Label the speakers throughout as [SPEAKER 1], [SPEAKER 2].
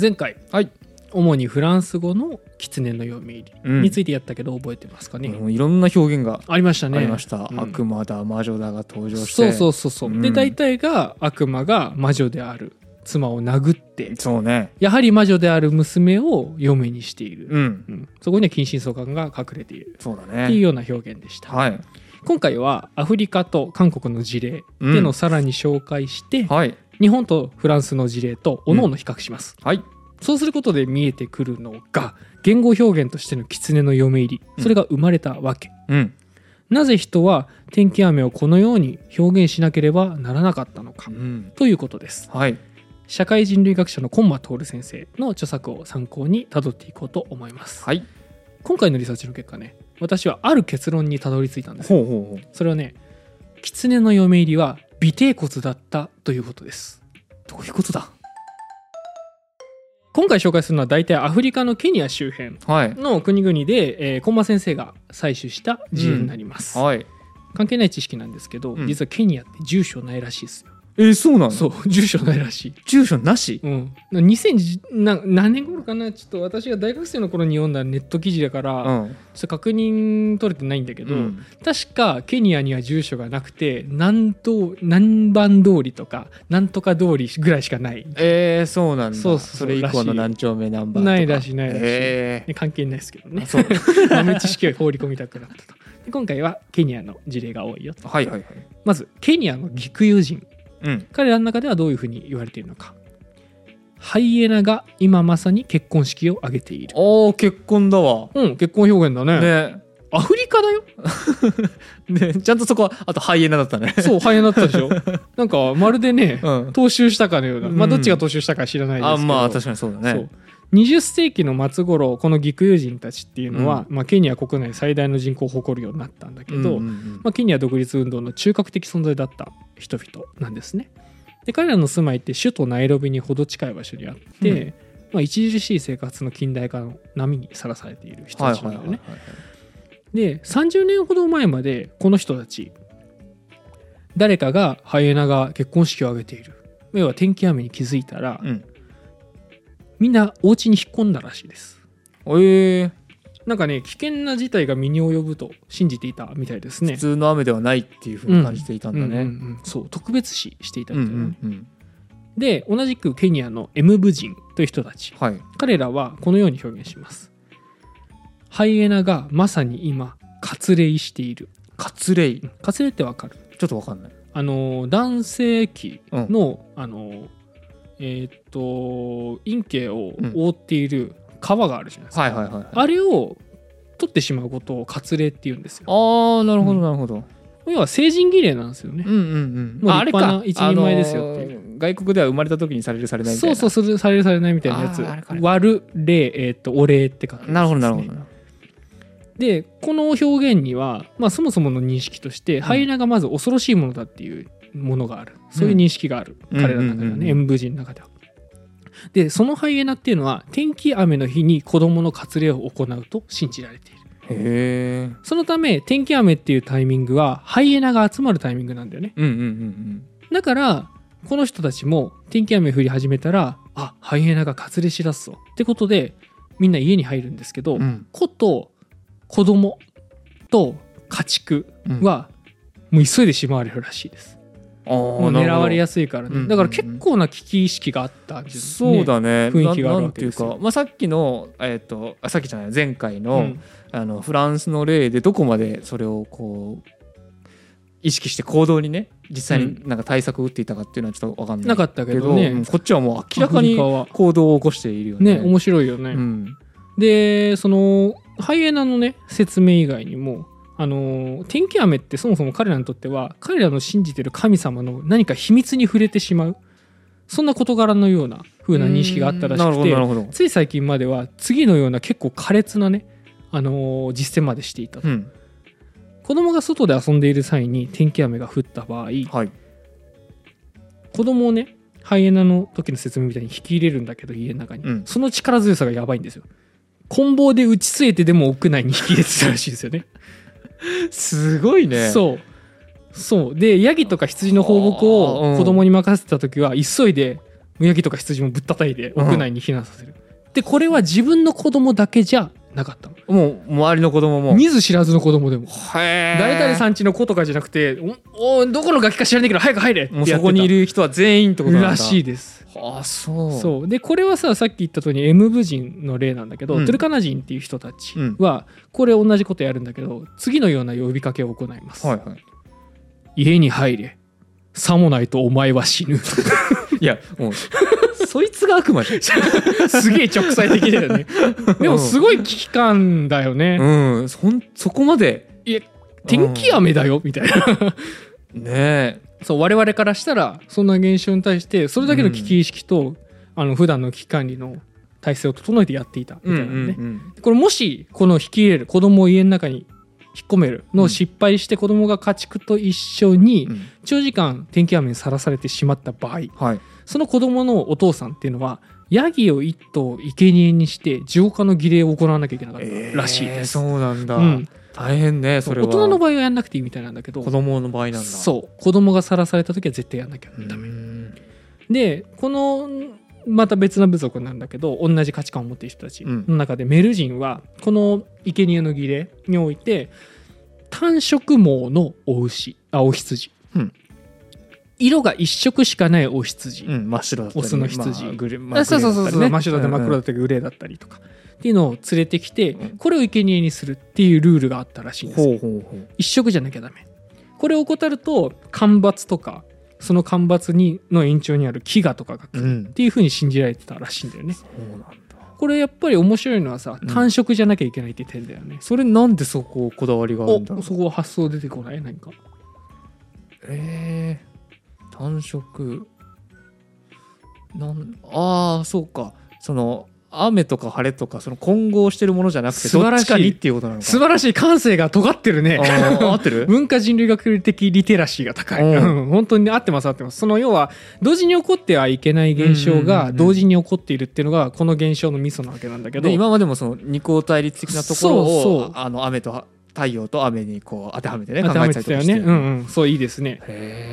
[SPEAKER 1] 前回、
[SPEAKER 2] はい
[SPEAKER 1] 主にフランス語の「狐の読み入り」
[SPEAKER 2] うん
[SPEAKER 1] についてやったけど覚えてますかね、
[SPEAKER 2] もういろんな表現が
[SPEAKER 1] ありましたね
[SPEAKER 2] ありました、
[SPEAKER 1] うん
[SPEAKER 2] 悪魔だ魔女だが登場して
[SPEAKER 1] そうそうそうそう、
[SPEAKER 2] うん
[SPEAKER 1] で大体が悪魔が魔女である妻を殴って
[SPEAKER 2] そうね
[SPEAKER 1] やはり魔女である娘を嫁にしている、
[SPEAKER 2] うん
[SPEAKER 1] うんそこには近親相関が隠れている
[SPEAKER 2] そうだ
[SPEAKER 1] っていう
[SPEAKER 2] ね
[SPEAKER 1] ような表現でした、
[SPEAKER 2] はい
[SPEAKER 1] 今回はアフリカと韓国の事例で
[SPEAKER 2] う
[SPEAKER 1] の
[SPEAKER 2] ん
[SPEAKER 1] さらに紹介して、
[SPEAKER 2] はい
[SPEAKER 1] 日本とフランスの事例と各々比較します、
[SPEAKER 2] はい
[SPEAKER 1] そうすることで見えてくるのが言語表現としての狐の嫁入
[SPEAKER 2] う
[SPEAKER 1] り
[SPEAKER 2] ん
[SPEAKER 1] それが生まれたわけ、
[SPEAKER 2] うん
[SPEAKER 1] なぜ人は天気雨をこのように表現しなければならなかったのか、
[SPEAKER 2] うん
[SPEAKER 1] ということです
[SPEAKER 2] はい
[SPEAKER 1] 社会人類学者の本間徹先生の著作を参考にたどっていこうと思います、
[SPEAKER 2] はい
[SPEAKER 1] 今回のリサーチの結果ね私はある結論にたどり着いたんですよ
[SPEAKER 2] ほうほうほう
[SPEAKER 1] それはね狐の嫁入りは尾てい骨だったということです
[SPEAKER 2] どういうことだ
[SPEAKER 1] 今回紹介するのは大体アフリカのケニア周辺
[SPEAKER 2] はい
[SPEAKER 1] の国々で、えー、本間先生が採取した事例になります、
[SPEAKER 2] はい
[SPEAKER 1] 関係ない知識なんですけど、
[SPEAKER 2] うん
[SPEAKER 1] 実はケニアって住所ないらしいですよ、
[SPEAKER 2] えーそうなの
[SPEAKER 1] そう住所ないらしい
[SPEAKER 2] 住所なし
[SPEAKER 1] うん、2000な何年頃かなちょっと私が大学生の頃に読んだネット記事だから、
[SPEAKER 2] う
[SPEAKER 1] ちょ
[SPEAKER 2] ん
[SPEAKER 1] っと確認取れてないんだけど、
[SPEAKER 2] うん
[SPEAKER 1] 確かケニアには住所がなくて南東南蛮通りとかなんとか通りぐらいしかない
[SPEAKER 2] えーそうなんだ
[SPEAKER 1] そうそう
[SPEAKER 2] れ以降の何丁目何番とか
[SPEAKER 1] ないらしいないらしい
[SPEAKER 2] え
[SPEAKER 1] で関係 ないですけど
[SPEAKER 2] ー
[SPEAKER 1] ね
[SPEAKER 2] そう
[SPEAKER 1] 豆知識を放り込みたくなったとで今回はケニアの事例が多いよと
[SPEAKER 2] はいはいはい
[SPEAKER 1] まずケニアのギクユ人
[SPEAKER 2] うん
[SPEAKER 1] 彼らの中ではどういうふうに言われているのかハイエナが今まさに結婚式を挙げている
[SPEAKER 2] あー結婚だわ
[SPEAKER 1] うん結婚表現だね
[SPEAKER 2] ね
[SPEAKER 1] アフリカだよ
[SPEAKER 2] ねちゃんとそこはあとハイエナだったね
[SPEAKER 1] そうハイエナだったでし ょなんかまるでね、
[SPEAKER 2] うん
[SPEAKER 1] 踏襲したかのような、ま
[SPEAKER 2] う
[SPEAKER 1] あ、
[SPEAKER 2] ん
[SPEAKER 1] どっちが踏襲したか知らないですけど、
[SPEAKER 2] あまあ確かにそうだね
[SPEAKER 1] そう20世紀の末頃このギクユ人たちっていうのは、まあ、ケニア国内最大の人口を誇るようになったんだけど、
[SPEAKER 2] うんうんうん
[SPEAKER 1] まあ、ケニア独立運動の中核的存在だった人々なんですね。で彼らの住まいって首都ナイロビにほど近い場所にあって、
[SPEAKER 2] うん
[SPEAKER 1] まあ、著しい生活の近代化の波にさらされている人
[SPEAKER 2] はい
[SPEAKER 1] たち
[SPEAKER 2] は
[SPEAKER 1] なん
[SPEAKER 2] い
[SPEAKER 1] だよ
[SPEAKER 2] は
[SPEAKER 1] ね。
[SPEAKER 2] いはい
[SPEAKER 1] で30年ほど前までこの人たち誰かがハイエナが結婚式を挙げている要は天気雨に気づいたら、
[SPEAKER 2] うん
[SPEAKER 1] みんなお家に引っ込んだらしいです
[SPEAKER 2] ええ
[SPEAKER 1] なんかね危険な事態が身に及ぶと信じていたみたいですね
[SPEAKER 2] 普通の雨ではないっていうふうに感じていたんだ
[SPEAKER 1] うんうん
[SPEAKER 2] ね。
[SPEAKER 1] うんそう特別視していた
[SPEAKER 2] うん
[SPEAKER 1] み
[SPEAKER 2] う
[SPEAKER 1] たいなね
[SPEAKER 2] んうん
[SPEAKER 1] で同じくケニアのエムブ人という人たち
[SPEAKER 2] はい。
[SPEAKER 1] 彼らはこのように表現しますハイエナがまさに今割礼している
[SPEAKER 2] 割礼
[SPEAKER 1] うん割礼ってわかる
[SPEAKER 2] ちょっとわかんない。
[SPEAKER 1] あの男性器の、あのえーっと陰茎を覆っている皮があるじゃないですか、
[SPEAKER 2] はいはいはい。
[SPEAKER 1] あれを取ってしまうことを割礼って言うんですよ
[SPEAKER 2] ああなるほ
[SPEAKER 1] う
[SPEAKER 2] ど
[SPEAKER 1] ん
[SPEAKER 2] なるほど。
[SPEAKER 1] 要は成人儀礼なんですよ
[SPEAKER 2] う
[SPEAKER 1] ね
[SPEAKER 2] ん、うんうん。
[SPEAKER 1] もう立派な
[SPEAKER 2] あれか
[SPEAKER 1] 一人前ですよっていう
[SPEAKER 2] あのー外国では生まれた時にされるされないみたい
[SPEAKER 1] そう
[SPEAKER 2] な。
[SPEAKER 1] そうするされるされないみたいなやつ
[SPEAKER 2] あーあれかあれ
[SPEAKER 1] 割る礼えーっとお礼って書くんですね
[SPEAKER 2] なるほどなるほど。
[SPEAKER 1] でこの表現には、まあ、そもそもの認識として、ハイエナがまず恐ろしいものだっていうものがあるそういう認識がある、
[SPEAKER 2] うん
[SPEAKER 1] 彼らの中では
[SPEAKER 2] うんうんうん
[SPEAKER 1] ね演武人の中では。でそのハイエナっていうのは天気雨の日に子供の割礼を行うと信じられている
[SPEAKER 2] へえ。
[SPEAKER 1] そのため天気雨っていうタイミングはハイエナが集まるタイミングなんだよね
[SPEAKER 2] うんうんうん
[SPEAKER 1] だからこの人たちも天気雨降り始めたらあハイエナが割礼しだすぞってことでみんな家に入るんですけど、
[SPEAKER 2] うん。うん
[SPEAKER 1] 子と子供と家畜
[SPEAKER 2] うん。
[SPEAKER 1] はもう急いでしまわれるらしいです。
[SPEAKER 2] あー
[SPEAKER 1] もう狙われ
[SPEAKER 2] なる
[SPEAKER 1] やすいから
[SPEAKER 2] うんうんう
[SPEAKER 1] ね。
[SPEAKER 2] ん
[SPEAKER 1] だから結構な危機意識があったん
[SPEAKER 2] ほ
[SPEAKER 1] で
[SPEAKER 2] ど
[SPEAKER 1] す
[SPEAKER 2] そ
[SPEAKER 1] ね。
[SPEAKER 2] うだね。
[SPEAKER 1] 雰囲気がある
[SPEAKER 2] な
[SPEAKER 1] わけですよ
[SPEAKER 2] なんていうか、まあさっきのえっとあさっきじゃない前回
[SPEAKER 1] う
[SPEAKER 2] の
[SPEAKER 1] ん。
[SPEAKER 2] あのフランスの例でどこまでそれをこう意識して行動にね実際になんか対策を打っていたかっていうのはちょっと分かんない
[SPEAKER 1] なかったけどね
[SPEAKER 2] うんこっちはもう明らか
[SPEAKER 1] アフリ
[SPEAKER 2] に
[SPEAKER 1] カは
[SPEAKER 2] 行動を起こしているよね。
[SPEAKER 1] ね、面白いよね。
[SPEAKER 2] うん
[SPEAKER 1] で、そのハイエナのね、説明以外にも、あのー天気雨ってそもそも彼らにとっては彼らの信じてる神様の何か秘密に触れてしまうそんな事柄のような風な認識があったらし
[SPEAKER 2] なる
[SPEAKER 1] く
[SPEAKER 2] ほど
[SPEAKER 1] て
[SPEAKER 2] なるほど。
[SPEAKER 1] つい最近までは次のような結構苛烈なね、あのー実践までしていたと、
[SPEAKER 2] うん
[SPEAKER 1] 子供が外で遊んでいる際に天気雨が降った場合
[SPEAKER 2] はい。
[SPEAKER 1] 子供をねハイエナの時の説明みたいに引き入れるんだけど家の中に、
[SPEAKER 2] うん
[SPEAKER 1] その力強さがやばいんですよ棍棒で打ち据えてでも屋内に引き入れてたらしいですよね
[SPEAKER 2] すごいね。う。
[SPEAKER 1] そうそうでヤギとか羊の放牧
[SPEAKER 2] あーう
[SPEAKER 1] を
[SPEAKER 2] ん
[SPEAKER 1] 子供に任せてた時は急いでムヤギとか羊もぶったたいて屋内に避難させる、でこれは自分の子供だけじゃなかったの
[SPEAKER 2] もう周りの子供も
[SPEAKER 1] 見ず知らずの子供でも
[SPEAKER 2] へー
[SPEAKER 1] 誰々さんちの子とかじゃなくておおどこの楽器か知らないけど早く入れって
[SPEAKER 2] もうそこにい
[SPEAKER 1] る
[SPEAKER 2] る人は全員ってことなんだ
[SPEAKER 1] らしい
[SPEAKER 2] い
[SPEAKER 1] です
[SPEAKER 2] あそう
[SPEAKER 1] そうでこれはささっき言った通りエムブ人の例なんだけど、
[SPEAKER 2] うん
[SPEAKER 1] トゥルカナ人っていう人たちはこれ同じことやるんだけど次のような呼びかけを行います、
[SPEAKER 2] はいはい
[SPEAKER 1] 家に入れさもないとお前は死ぬ
[SPEAKER 2] いやもうそいつが悪魔じ
[SPEAKER 1] すげえ直裁的だよ ねでもすごい危機感だよ
[SPEAKER 2] ゃ
[SPEAKER 1] ね、
[SPEAKER 2] んうんそんそこまで
[SPEAKER 1] いや天気雨だよみたいな
[SPEAKER 2] ねえ
[SPEAKER 1] そう我々からしたらそんな現象に対してそれだけの危機意識と、あの普段の危機管理の体制を整えてやっていたみたいなね、
[SPEAKER 2] うん
[SPEAKER 1] これもしこの引き入れる子供を家の中に引っ込めるのを失敗して子供が家畜と一緒に
[SPEAKER 2] うん
[SPEAKER 1] 長時間天気雨にさらされてしまった場合
[SPEAKER 2] はい
[SPEAKER 1] その子供のお父さんっていうのはヤギを一頭生贄にして浄化の儀礼を行わなきゃいけなかったらしいです、
[SPEAKER 2] えーそうなんだ、
[SPEAKER 1] うん
[SPEAKER 2] 大変ねそれは
[SPEAKER 1] 大人の
[SPEAKER 2] 場
[SPEAKER 1] 場合はやんなくていいみたいなんだけど
[SPEAKER 2] 子供の場合なんだ
[SPEAKER 1] そう子供がさらされた時は絶対やんなきゃ
[SPEAKER 2] う
[SPEAKER 1] ダメ、
[SPEAKER 2] ん
[SPEAKER 1] でこのまた別な部族なんだけど同じ価値観を持っている人たちの中で、メル人はこの生贄の儀礼において単色毛のお牛あお羊、
[SPEAKER 2] うん
[SPEAKER 1] 色が一色しかないお羊、
[SPEAKER 2] うん真っ白だったり
[SPEAKER 1] オスの羊
[SPEAKER 2] まあグレーまあ
[SPEAKER 1] あそうそうそうそう、
[SPEAKER 2] グレー
[SPEAKER 1] 真っ白だったり真っ黒だ
[SPEAKER 2] っ
[SPEAKER 1] ったりグレーだったりとかっていうのを連れてきて、
[SPEAKER 2] うん
[SPEAKER 1] これを生贄にするっていうルールがあったらしいんですよ
[SPEAKER 2] たり、うんほうほうほう
[SPEAKER 1] 一色じゃなきゃダメこれを怠ると干ばつとかその干ばつにの延長にある飢餓とかが来る
[SPEAKER 2] うん
[SPEAKER 1] っていう風に信じられてたらしいんだよね
[SPEAKER 2] そうなんだ
[SPEAKER 1] これやっぱり面白いのはさ
[SPEAKER 2] うん
[SPEAKER 1] 単色じゃなきゃいけないって点だよね、
[SPEAKER 2] それなんでそここだわりがあるんだろ
[SPEAKER 1] お
[SPEAKER 2] う
[SPEAKER 1] そこは発想出てこないなんか
[SPEAKER 2] えー、単色なんああそうかその雨とか晴れとかその混合してるものじゃなくて
[SPEAKER 1] 素晴
[SPEAKER 2] ど
[SPEAKER 1] ら
[SPEAKER 2] っ
[SPEAKER 1] しい
[SPEAKER 2] ちかにっていうことなのか
[SPEAKER 1] 素晴らしい感性が尖ってるね
[SPEAKER 2] あー合って る
[SPEAKER 1] 文化人類学的リテラシーが高い、
[SPEAKER 2] う
[SPEAKER 1] うん、本当に合ってます合ってますその要は同時に起こってはいけない現象
[SPEAKER 2] うんうんうんう
[SPEAKER 1] が
[SPEAKER 2] ん
[SPEAKER 1] 同時に起こっているっていうのがこの現象のミソなわけなんだけど
[SPEAKER 2] で今までもその二項対立的なところを
[SPEAKER 1] そうそう
[SPEAKER 2] あの雨と太陽と雨にこう当てはめてね考
[SPEAKER 1] 当ては
[SPEAKER 2] え
[SPEAKER 1] め
[SPEAKER 2] た
[SPEAKER 1] て
[SPEAKER 2] りと
[SPEAKER 1] た
[SPEAKER 2] か
[SPEAKER 1] よね
[SPEAKER 2] して
[SPEAKER 1] うんうんそういいですね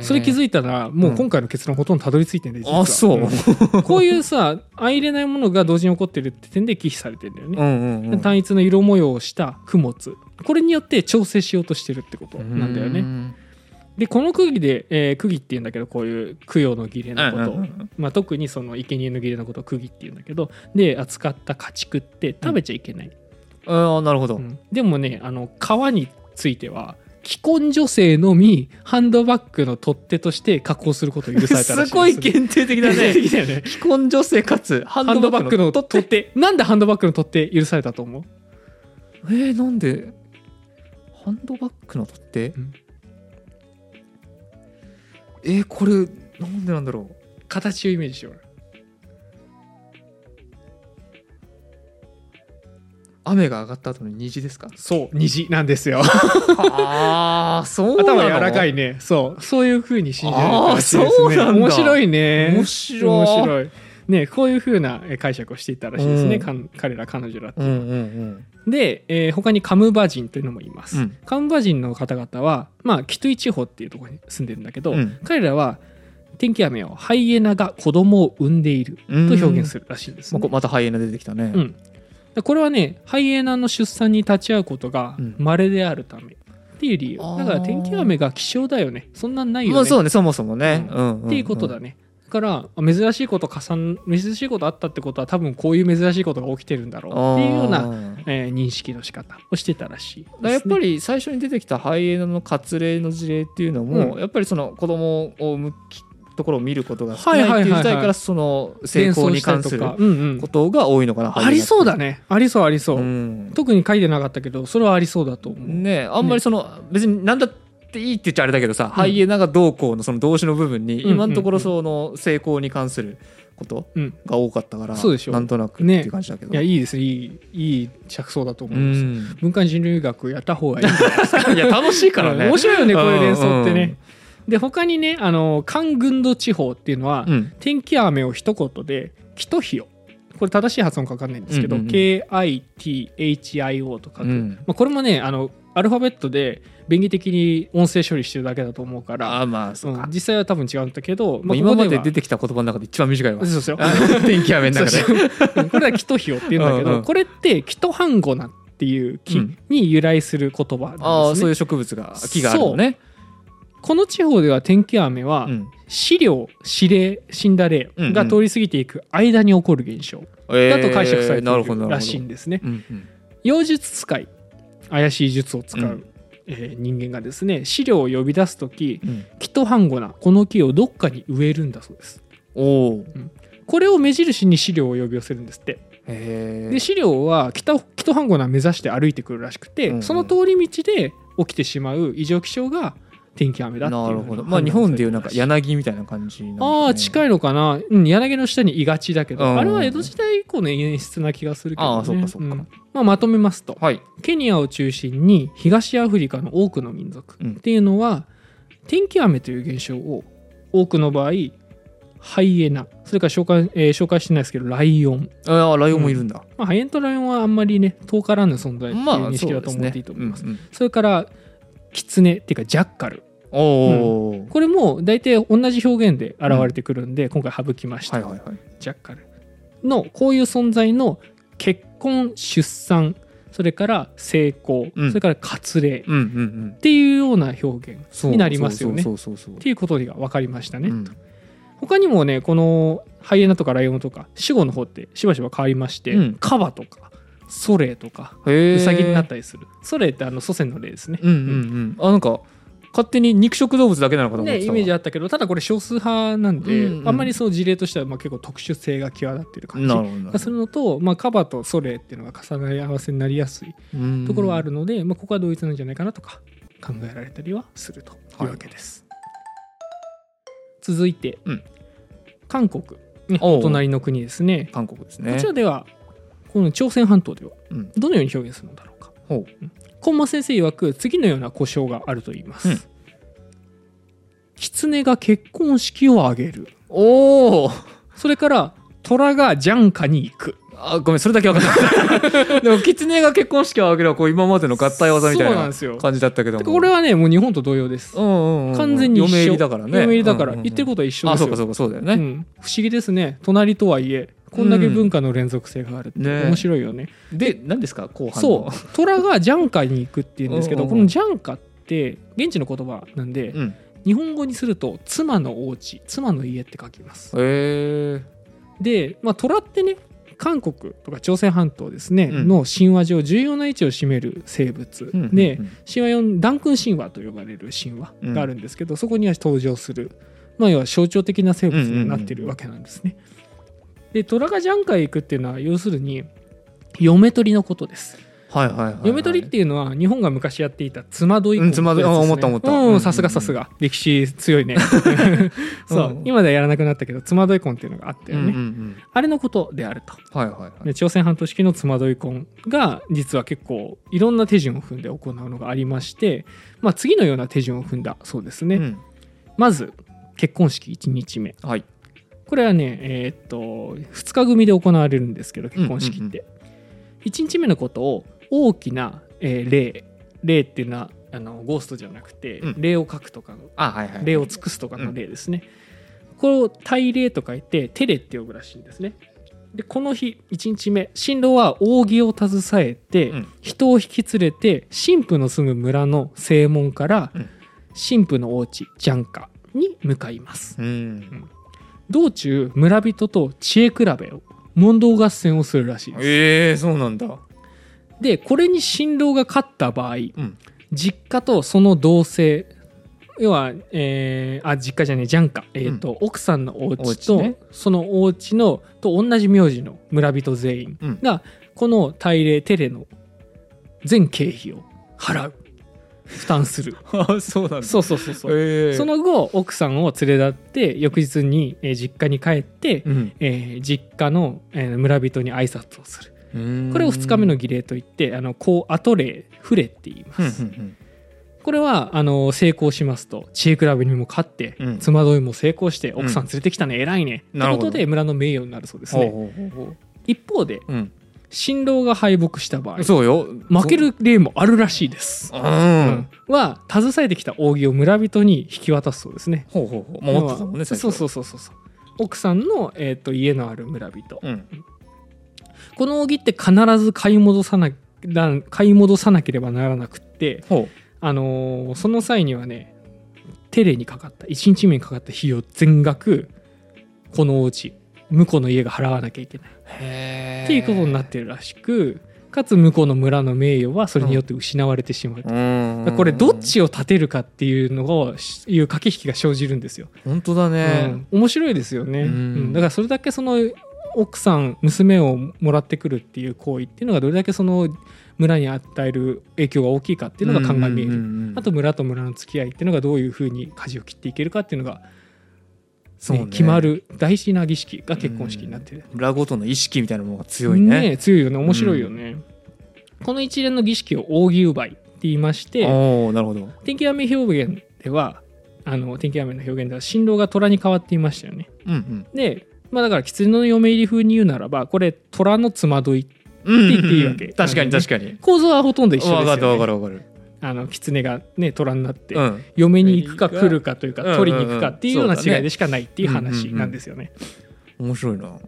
[SPEAKER 1] それ気
[SPEAKER 2] い
[SPEAKER 1] づいたらもう今回の結論ほとんどたどり着いてんだよ、実は
[SPEAKER 2] あそう
[SPEAKER 1] うんこういうさ相入れないものが同時に起こってるって点で忌避されてんだよ
[SPEAKER 2] う
[SPEAKER 1] ね、
[SPEAKER 2] んうんうん
[SPEAKER 1] 単一の色模様をした供物これによって調整しようとしてるってことなんだよね、
[SPEAKER 2] ね
[SPEAKER 1] でこの釘で、えー釘って言うんだけどこういう供養の儀礼のことを、
[SPEAKER 2] うんうんうん
[SPEAKER 1] まあ、特にその生贄の儀礼のことを釘って言うんだけどで扱った家畜って食べちゃいけない、
[SPEAKER 2] ああなるほど、
[SPEAKER 1] うんでもねあの皮については既婚女性のみハンドバッグの取っ手として加工することを許されたらしいです
[SPEAKER 2] すごい限定的 だ ね
[SPEAKER 1] だよね
[SPEAKER 2] 既婚女性かつハ
[SPEAKER 1] ハンド
[SPEAKER 2] ンド
[SPEAKER 1] バ
[SPEAKER 2] バ
[SPEAKER 1] ッ
[SPEAKER 2] ッ
[SPEAKER 1] グ
[SPEAKER 2] グ
[SPEAKER 1] の
[SPEAKER 2] の
[SPEAKER 1] 取
[SPEAKER 2] 取
[SPEAKER 1] っ
[SPEAKER 2] っ
[SPEAKER 1] 手
[SPEAKER 2] 手
[SPEAKER 1] なんでハンドバッグの取っ手許されたと思う
[SPEAKER 2] えー、なんでハンドバッグの取っ手、
[SPEAKER 1] うん
[SPEAKER 2] えー、これなんでなんだろう
[SPEAKER 1] 形をイメージしよう
[SPEAKER 2] 雨が上がった後の虹ですか
[SPEAKER 1] そう虹なんですよ
[SPEAKER 2] ああそうなの
[SPEAKER 1] 頭柔らかいねそうそういう風に信じられたらしい
[SPEAKER 2] あ
[SPEAKER 1] で
[SPEAKER 2] ー
[SPEAKER 1] す
[SPEAKER 2] そう
[SPEAKER 1] ね
[SPEAKER 2] なんだ
[SPEAKER 1] 面白いね
[SPEAKER 2] 面白い
[SPEAKER 1] 面白いねこういう風なえ解釈をしていったらしいですね、
[SPEAKER 2] うん
[SPEAKER 1] かん彼ら彼女ら
[SPEAKER 2] うんうんうん
[SPEAKER 1] で、えー他にカムバ人というのもいます、
[SPEAKER 2] うん
[SPEAKER 1] カムバ人の方々はまあキトゥイ地方っていうところに住んでるんだけど、
[SPEAKER 2] うん
[SPEAKER 1] 彼らは天気雨をハイエナが子供を産んでいると表現するらしいんです、
[SPEAKER 2] ま
[SPEAKER 1] ね
[SPEAKER 2] あこまたハイエナ出てきたね、
[SPEAKER 1] うん、でこれはねハイエナの出産に立ち会うことが
[SPEAKER 2] うん
[SPEAKER 1] 稀であるためっていう理由、
[SPEAKER 2] あー
[SPEAKER 1] だから天気雨が希少だよねそんなんないよね、
[SPEAKER 2] まあそうねそもそもね、
[SPEAKER 1] う
[SPEAKER 2] うんんうんん
[SPEAKER 1] っていうことだね、だから珍しいこと加算珍しいことあったってことは多分こういう珍しいことが起きてるんだろうっていうよう
[SPEAKER 2] あ
[SPEAKER 1] な、
[SPEAKER 2] ー
[SPEAKER 1] えー認識の仕方をしてたらしいです
[SPEAKER 2] だか
[SPEAKER 1] ね、
[SPEAKER 2] らやっぱり最初に出てきたハイエナの割礼の事例っていうのも、
[SPEAKER 1] う
[SPEAKER 2] やっぱりその子供を産むきところを見ることが少
[SPEAKER 1] は
[SPEAKER 2] ないい
[SPEAKER 1] は
[SPEAKER 2] っ
[SPEAKER 1] いはいはい
[SPEAKER 2] ていう時代からその成功に関する
[SPEAKER 1] 連想したりとかうんうん
[SPEAKER 2] ことが多いのかな、ハイエナ
[SPEAKER 1] ありそうだねありそうありそう、
[SPEAKER 2] うん
[SPEAKER 1] 特に書いてなかったけどそれはありそうだと思う、
[SPEAKER 2] ねえあんまりその、別になんだっていいって言っちゃあれだけどさ、ハイエナがどうこうのその動詞の部分に
[SPEAKER 1] うん
[SPEAKER 2] 今のところその成功に関すること
[SPEAKER 1] うん、
[SPEAKER 2] が多かったから、
[SPEAKER 1] そうでしょ
[SPEAKER 2] なんとなくっていう感じだけど、
[SPEAKER 1] いやいいですねいいいい着想だと思
[SPEAKER 2] う
[SPEAKER 1] います、
[SPEAKER 2] ん
[SPEAKER 1] 文化人類学やった方 がいい
[SPEAKER 2] いや楽しいから ね
[SPEAKER 1] 面白いよねこういう連想ってね。
[SPEAKER 2] うんうん
[SPEAKER 1] で他にねあの関群土地方っていうのは、
[SPEAKER 2] うん
[SPEAKER 1] 天気雨を一言で「キトヒオ」これ正しい発音か分かんないんですけど、
[SPEAKER 2] うんうんうん
[SPEAKER 1] KITHIO と書く、
[SPEAKER 2] うん
[SPEAKER 1] まあ、これもねあのアルファベットで便宜的に音声処理してるだけだと思うから
[SPEAKER 2] ああまあそうか
[SPEAKER 1] うん、実際は多分違うんだけど、
[SPEAKER 2] もう
[SPEAKER 1] あ、
[SPEAKER 2] 今まで
[SPEAKER 1] ここ
[SPEAKER 2] 出てきた言葉の中で一番短いわ
[SPEAKER 1] はそうですよ
[SPEAKER 2] 天気雨の中で
[SPEAKER 1] そうそうこれは「キトヒオ」って言うんだけど
[SPEAKER 2] うんうん
[SPEAKER 1] これって「キトハンゴナ」っていう木
[SPEAKER 2] うん
[SPEAKER 1] に由来する言葉なんですね、
[SPEAKER 2] ああそういう植物が木があるのね
[SPEAKER 1] この地方では天気雨は、
[SPEAKER 2] うん
[SPEAKER 1] 飼料指令死んだ霊
[SPEAKER 2] うんうん
[SPEAKER 1] が通り過ぎていく間に起こる現象だと解釈されて
[SPEAKER 2] えーなるほ
[SPEAKER 1] い
[SPEAKER 2] ど
[SPEAKER 1] る
[SPEAKER 2] な
[SPEAKER 1] ら
[SPEAKER 2] るほ
[SPEAKER 1] しいん
[SPEAKER 2] ど
[SPEAKER 1] ですね。
[SPEAKER 2] うんうん
[SPEAKER 1] 妖術使い怪しい術を使う、
[SPEAKER 2] うん
[SPEAKER 1] えー人間がですね飼料を呼び出す時
[SPEAKER 2] うん
[SPEAKER 1] キトハンゴナこの木をどっかに植えるんだそうです。
[SPEAKER 2] おお
[SPEAKER 1] これを目印に飼料を呼び寄せるんですって。
[SPEAKER 2] へ
[SPEAKER 1] で
[SPEAKER 2] え
[SPEAKER 1] 資料は北北半ンを目指して歩いてくるらしくて、
[SPEAKER 2] うんうん
[SPEAKER 1] その通り道で起きてしまう異常気象が天気雨だっていう
[SPEAKER 2] な
[SPEAKER 1] ふう
[SPEAKER 2] る
[SPEAKER 1] に
[SPEAKER 2] ほど
[SPEAKER 1] 判断
[SPEAKER 2] まあ日本でいうなんか
[SPEAKER 1] されてるらしい
[SPEAKER 2] 柳みたいな感じ
[SPEAKER 1] ああ近
[SPEAKER 2] い
[SPEAKER 1] いのかな、うん、柳の下にいがちだけど、
[SPEAKER 2] うん
[SPEAKER 1] あれは江戸時代以降の演出な気がするけど、ね、
[SPEAKER 2] ああそうかそうか
[SPEAKER 1] んまあ、まとめますと
[SPEAKER 2] はい
[SPEAKER 1] ケニアを中心に東アフリカの多くの民族
[SPEAKER 2] うん
[SPEAKER 1] っていうのは、天気雨という現象を多くの場合ハイエナそれから紹介,、えー紹介してないですけどライオン
[SPEAKER 2] ああライオンもいるんだ
[SPEAKER 1] まあ、ハイエントライオンはあんまりね遠からぬ存在っていう
[SPEAKER 2] まあ
[SPEAKER 1] 認識
[SPEAKER 2] そう
[SPEAKER 1] だ
[SPEAKER 2] で
[SPEAKER 1] と
[SPEAKER 2] す
[SPEAKER 1] 思
[SPEAKER 2] ね
[SPEAKER 1] っていいと思います。そ
[SPEAKER 2] うんうん
[SPEAKER 1] れからキツネっていうかジャッカル
[SPEAKER 2] おお
[SPEAKER 1] これも大体同じ表現で現れてくるんで、今回省きました、
[SPEAKER 2] はいはいはい
[SPEAKER 1] ジャッカルのこういう存在の結婚出産それから成功、
[SPEAKER 2] うん
[SPEAKER 1] それから割礼っ
[SPEAKER 2] うんうんうん
[SPEAKER 1] ていうような表現
[SPEAKER 2] そう
[SPEAKER 1] になりますよね。
[SPEAKER 2] そうそうそうそう
[SPEAKER 1] っていうことが分かりましたね。
[SPEAKER 2] うん
[SPEAKER 1] 他にもねこのハイエナとかライオンとか死後の方ってしばしば変わりまして、
[SPEAKER 2] うん
[SPEAKER 1] カバとかソレイとか
[SPEAKER 2] へえ
[SPEAKER 1] ウサギになったりする。それってあの祖先の例ですね。
[SPEAKER 2] うんうんうんあなんか勝手に肉食動物だけなのかと思っ
[SPEAKER 1] ね、
[SPEAKER 2] て
[SPEAKER 1] イ
[SPEAKER 2] た
[SPEAKER 1] メージ
[SPEAKER 2] わ
[SPEAKER 1] あったけどただこれ少数派なんで、
[SPEAKER 2] うんうん
[SPEAKER 1] あんまりその事例としてはまあ結構特殊性が際立ってる感じ
[SPEAKER 2] なるほどなるほど
[SPEAKER 1] それのと、まあ、カバとソレイっていうのが重なり合わせになりやすい
[SPEAKER 2] うん
[SPEAKER 1] ところはあるので、まあ、ここは同一なんじゃないかなとか考えられたりはするというわけです。続いて、
[SPEAKER 2] うん
[SPEAKER 1] 韓国ね
[SPEAKER 2] おう
[SPEAKER 1] お隣の国ですね。
[SPEAKER 2] 韓国です
[SPEAKER 1] こ
[SPEAKER 2] ね
[SPEAKER 1] ちらではこの朝鮮半島では
[SPEAKER 2] うん
[SPEAKER 1] どのように表現するのだろうか。
[SPEAKER 2] ほう
[SPEAKER 1] 本間先生曰く次のような故障があると言います、
[SPEAKER 2] うん
[SPEAKER 1] 狐が結婚式を挙げる
[SPEAKER 2] おお
[SPEAKER 1] それから虎がジャンカに行く
[SPEAKER 2] あごめんそれだけ分かんな いでも狐が結婚式を挙げればこう今までの合体技みた
[SPEAKER 1] そうなん
[SPEAKER 2] い
[SPEAKER 1] ですよ
[SPEAKER 2] な感じだったけども
[SPEAKER 1] これはねもう日本と同様です、
[SPEAKER 2] うんうんうん
[SPEAKER 1] 完全に一緒
[SPEAKER 2] 嫁入りだからね
[SPEAKER 1] 嫁入りだから、
[SPEAKER 2] うんうんうん
[SPEAKER 1] 言ってることは一緒
[SPEAKER 2] あ
[SPEAKER 1] ですよ
[SPEAKER 2] そうかそうかそうだよ
[SPEAKER 1] う
[SPEAKER 2] ね
[SPEAKER 1] ん不思議ですね隣とはいえこんだけ文化の連続性があるって、
[SPEAKER 2] うんね
[SPEAKER 1] 面白いよね
[SPEAKER 2] で何ですか後半の
[SPEAKER 1] そう虎がジャンカに行くっていうんですけど、
[SPEAKER 2] うんうんう
[SPEAKER 1] こ
[SPEAKER 2] ん
[SPEAKER 1] のジャンカって現地の言葉なんで、
[SPEAKER 2] うんへ
[SPEAKER 1] 日本語にすると妻のお家妻の家って書きます
[SPEAKER 2] え
[SPEAKER 1] で、まあ、虎ってね韓国とか朝鮮半島ですね、
[SPEAKER 2] うん
[SPEAKER 1] の神話上重要な位置を占める生物、
[SPEAKER 2] うんうんうん
[SPEAKER 1] で神話4ダンクン神話と呼ばれる神話があるんですけど、そこには登場する、まあ、要は象徴的な生物になってるわけなんですね。で虎がジャンカへ行くっていうのは要するに嫁取りのことです、
[SPEAKER 2] はいはいはいはい
[SPEAKER 1] 嫁取りっていうのは日本が昔やっていた妻取り
[SPEAKER 2] うん妻取り
[SPEAKER 1] こういうやつです
[SPEAKER 2] あ思った思った
[SPEAKER 1] う
[SPEAKER 2] うんん
[SPEAKER 1] さすがさすが歴史強い ねそう、
[SPEAKER 2] うん
[SPEAKER 1] 今ではやらなくなったけど妻取り婚っていうのがあった
[SPEAKER 2] う
[SPEAKER 1] よ
[SPEAKER 2] ん
[SPEAKER 1] ね、
[SPEAKER 2] うんうん
[SPEAKER 1] あれのことであると
[SPEAKER 2] はいはいはい
[SPEAKER 1] で朝鮮半島式の妻どい婚が実は結構いろんな手順を踏んで行うのがありまして、まあ、次のような手順を踏んだそうですね、
[SPEAKER 2] うん
[SPEAKER 1] まず結婚式1日目
[SPEAKER 2] はい
[SPEAKER 1] これはねえーっと2日組で行われるんですけど結婚式って、1日目のことを大きな、えー霊霊っていうのはあのゴーストじゃなくて、
[SPEAKER 2] うん
[SPEAKER 1] 霊を書くとかの
[SPEAKER 2] あはいはい
[SPEAKER 1] 霊を尽くすとかの霊ですね、これを大霊と書いてテレって呼ぶらしいんですねでこの日1日目新郎は扇を携えて、
[SPEAKER 2] うん
[SPEAKER 1] 人を引き連れて神父の住む村の正門から、
[SPEAKER 2] うん
[SPEAKER 1] 神父のお家ジャンカに向かいます
[SPEAKER 2] うん
[SPEAKER 1] 道中村人と知恵比べを問答合戦をするらしいです、
[SPEAKER 2] ええそうなんだ
[SPEAKER 1] でこれに新郎が勝った場合、
[SPEAKER 2] ん
[SPEAKER 1] 実家とその同姓要は、えーあ実家じゃねえじゃんか、えーと奥さんのお
[SPEAKER 2] お
[SPEAKER 1] 家
[SPEAKER 2] 家
[SPEAKER 1] と
[SPEAKER 2] ね
[SPEAKER 1] そのお家のと同じ名字の村人全員
[SPEAKER 2] うん
[SPEAKER 1] が、この大礼テレの全経費を払う負担する
[SPEAKER 2] あそうなんだ
[SPEAKER 1] そうそうそうそう、
[SPEAKER 2] ええ
[SPEAKER 1] その後奥さんを連れ立って翌日に、えー実家に帰って、
[SPEAKER 2] うん
[SPEAKER 1] えー実家の、えー村人に挨拶をする
[SPEAKER 2] うん
[SPEAKER 1] これを2日目の儀礼といってあのこう後礼フレって言います、
[SPEAKER 2] うんうんうん
[SPEAKER 1] これはあの成功しますと知恵比べにも勝って、
[SPEAKER 2] うん
[SPEAKER 1] 妻どいも成功して
[SPEAKER 2] ん
[SPEAKER 1] 奥さん連れてきたね、偉いねって
[SPEAKER 2] なる
[SPEAKER 1] こ
[SPEAKER 2] ほど
[SPEAKER 1] とで村の名誉になるそうです
[SPEAKER 2] ほう
[SPEAKER 1] ね
[SPEAKER 2] ほうほうほう
[SPEAKER 1] 一方で
[SPEAKER 2] うん
[SPEAKER 1] 新郎が敗北した場合
[SPEAKER 2] そうよ
[SPEAKER 1] 負ける例もあるらしいです
[SPEAKER 2] う、
[SPEAKER 1] うんは携えてきた扇を村人に引き渡すそうですね
[SPEAKER 2] ほうほうほう守ってたもんね
[SPEAKER 1] 要は
[SPEAKER 2] 最初
[SPEAKER 1] そうそうそうそうそう奥さんの、えー、と家のある村人、
[SPEAKER 2] うん
[SPEAKER 1] この扇って必ず買い戻さなら買い戻さなければならなくって、
[SPEAKER 2] ほ
[SPEAKER 1] あのーその際にはねテレにかかった1日目にかかった費用全額このお家向こうの家が払わなきゃいけないう
[SPEAKER 2] へえ
[SPEAKER 1] っていうことになってるらしくかつ向こうの村の名誉はそれによって失われてしまう、
[SPEAKER 2] うん
[SPEAKER 1] これどっちを立てるかっていうのをしいう駆け引きが生じるんですよ、
[SPEAKER 2] 本当だね
[SPEAKER 1] うん面白いですよね、
[SPEAKER 2] うん
[SPEAKER 1] うんだからそれだけその奥さん娘をもらってくるっていう行為っていうのがどれだけその村に与える影響が大きいかっていうのが鑑みえる、
[SPEAKER 2] る
[SPEAKER 1] あと村と村の付き合いっていうのがどういうふうに舵を切っていけるかっていうのが、ね
[SPEAKER 2] そうね
[SPEAKER 1] 決まる大事な儀式が結婚式になってる、
[SPEAKER 2] 裏ごとの意識みたいなものが強いね
[SPEAKER 1] え強いよね面白いよね、この一連の儀式を扇奪いって言いまして
[SPEAKER 2] おおなるほど
[SPEAKER 1] 天気雨表現ではあの天気雨の表現では新郎が虎に変わっていましたよね
[SPEAKER 2] うん
[SPEAKER 1] でまあだから狐の嫁入り風に言うならばこれ虎のつまどい
[SPEAKER 2] うん
[SPEAKER 1] って言っていいわけ
[SPEAKER 2] 確かに確かに
[SPEAKER 1] 構造はほとんど一緒ですよ、ね、
[SPEAKER 2] 分かる分かる分かる
[SPEAKER 1] あの狐がね虎になって、
[SPEAKER 2] うん
[SPEAKER 1] 嫁に行くか来るかというか
[SPEAKER 2] うん
[SPEAKER 1] 取りに行くかっていうような
[SPEAKER 2] うんうんうん
[SPEAKER 1] 違いでしかないっていう話なんですよね。
[SPEAKER 2] 面白いな
[SPEAKER 1] こ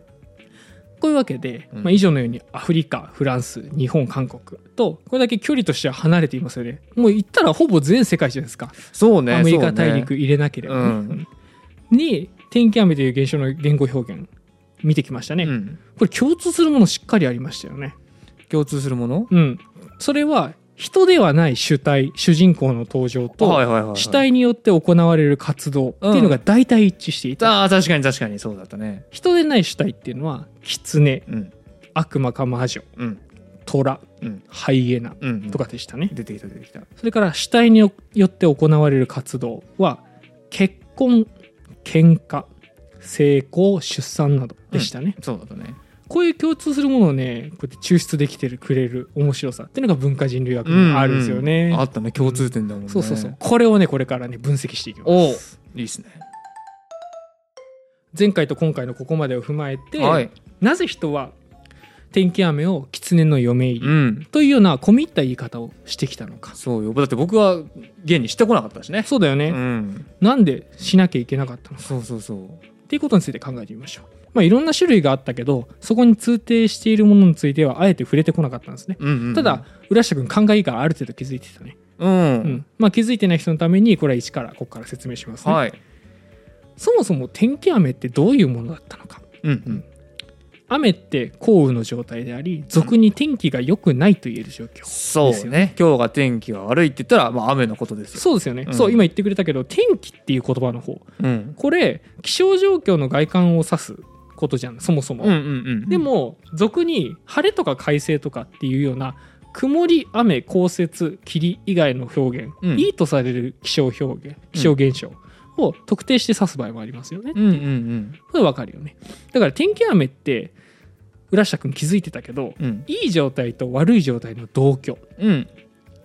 [SPEAKER 1] ういうわけで、
[SPEAKER 2] うん
[SPEAKER 1] まあ、以上のようにアフリカフランス日本韓国とこれだけ距離としては離れていますよね。もう言ったらほぼ全世界じゃないですか、
[SPEAKER 2] そうね
[SPEAKER 1] アメリカ
[SPEAKER 2] そうね
[SPEAKER 1] 大陸入れなければ、ね
[SPEAKER 2] うん
[SPEAKER 1] に天気雨という現象の言語表現見てきましたね。
[SPEAKER 2] うん
[SPEAKER 1] これ共通するものしっかりありましたよね。
[SPEAKER 2] 共通するもの
[SPEAKER 1] うん、それは人ではない主体主人公の登場と、
[SPEAKER 2] はいはいはいはい
[SPEAKER 1] 主体によって行われる活動っていうのが大体一致していた、
[SPEAKER 2] ああ確かに確かにそうだったね
[SPEAKER 1] 人でない主体っていうのは狐
[SPEAKER 2] うん
[SPEAKER 1] 悪魔か魔女
[SPEAKER 2] うん
[SPEAKER 1] 虎
[SPEAKER 2] うん
[SPEAKER 1] ハイエナ
[SPEAKER 2] うん
[SPEAKER 1] とかでしたね、
[SPEAKER 2] 出てきた出てきた
[SPEAKER 1] それから主体によって行われる活動は結婚喧嘩成功出産などでしたね、
[SPEAKER 2] そうだったね
[SPEAKER 1] こういう共通するものをねこうやって抽出できてるくれる面白さっていうのが文化人類学にあるんですよね、
[SPEAKER 2] あったね共通点だもんね
[SPEAKER 1] そうそうそうこれをねこれからね分析していきます
[SPEAKER 2] おいいですね
[SPEAKER 1] 前回と今回のここまでを踏まえて、
[SPEAKER 2] はい
[SPEAKER 1] なぜ人は天気雨を狐の嫁入り、
[SPEAKER 2] うん
[SPEAKER 1] というような込み入った言い方をしてきたのか
[SPEAKER 2] そうよだって僕は現にしてこなかったしね
[SPEAKER 1] そうだよね、
[SPEAKER 2] うん
[SPEAKER 1] なんでしなきゃいけなかったのか
[SPEAKER 2] そうそうそう
[SPEAKER 1] っていうことについて考えてみましょうまあいろんな種類があったけどそこに通底しているものについてはあえて触れてこなかったんですね、
[SPEAKER 2] うんうんうん
[SPEAKER 1] ただ浦下君考えいいからある程度気づいてたね、
[SPEAKER 2] う
[SPEAKER 1] うんんまあ、気づいてない人のためにこれは一からここから説明しますね、
[SPEAKER 2] はい
[SPEAKER 1] そもそも天気雨ってどういうものだったのか
[SPEAKER 2] うんうん
[SPEAKER 1] 雨って降雨の状態であり俗に天気が良くないと言える状況、
[SPEAKER 2] そうね今日が天気が悪いって言ったらまあ雨のことですよ
[SPEAKER 1] そうですよね、
[SPEAKER 2] うん
[SPEAKER 1] そう今言ってくれたけど天気っていう言葉の方
[SPEAKER 2] うん
[SPEAKER 1] これ気象状況の外観を指すことじゃんそもそも、
[SPEAKER 2] うんうんうん
[SPEAKER 1] でも俗に晴れとか快晴とかっていうような曇り雨降雪霧以外の表現、
[SPEAKER 2] うん
[SPEAKER 1] いいとされる気象表現気象現象を特定して指す場合もありますよね、
[SPEAKER 2] うんうんうん
[SPEAKER 1] これわかるよねだから天気雨って浦下君気づいてたけど
[SPEAKER 2] うん
[SPEAKER 1] いい状態と悪い状態の同居
[SPEAKER 2] うん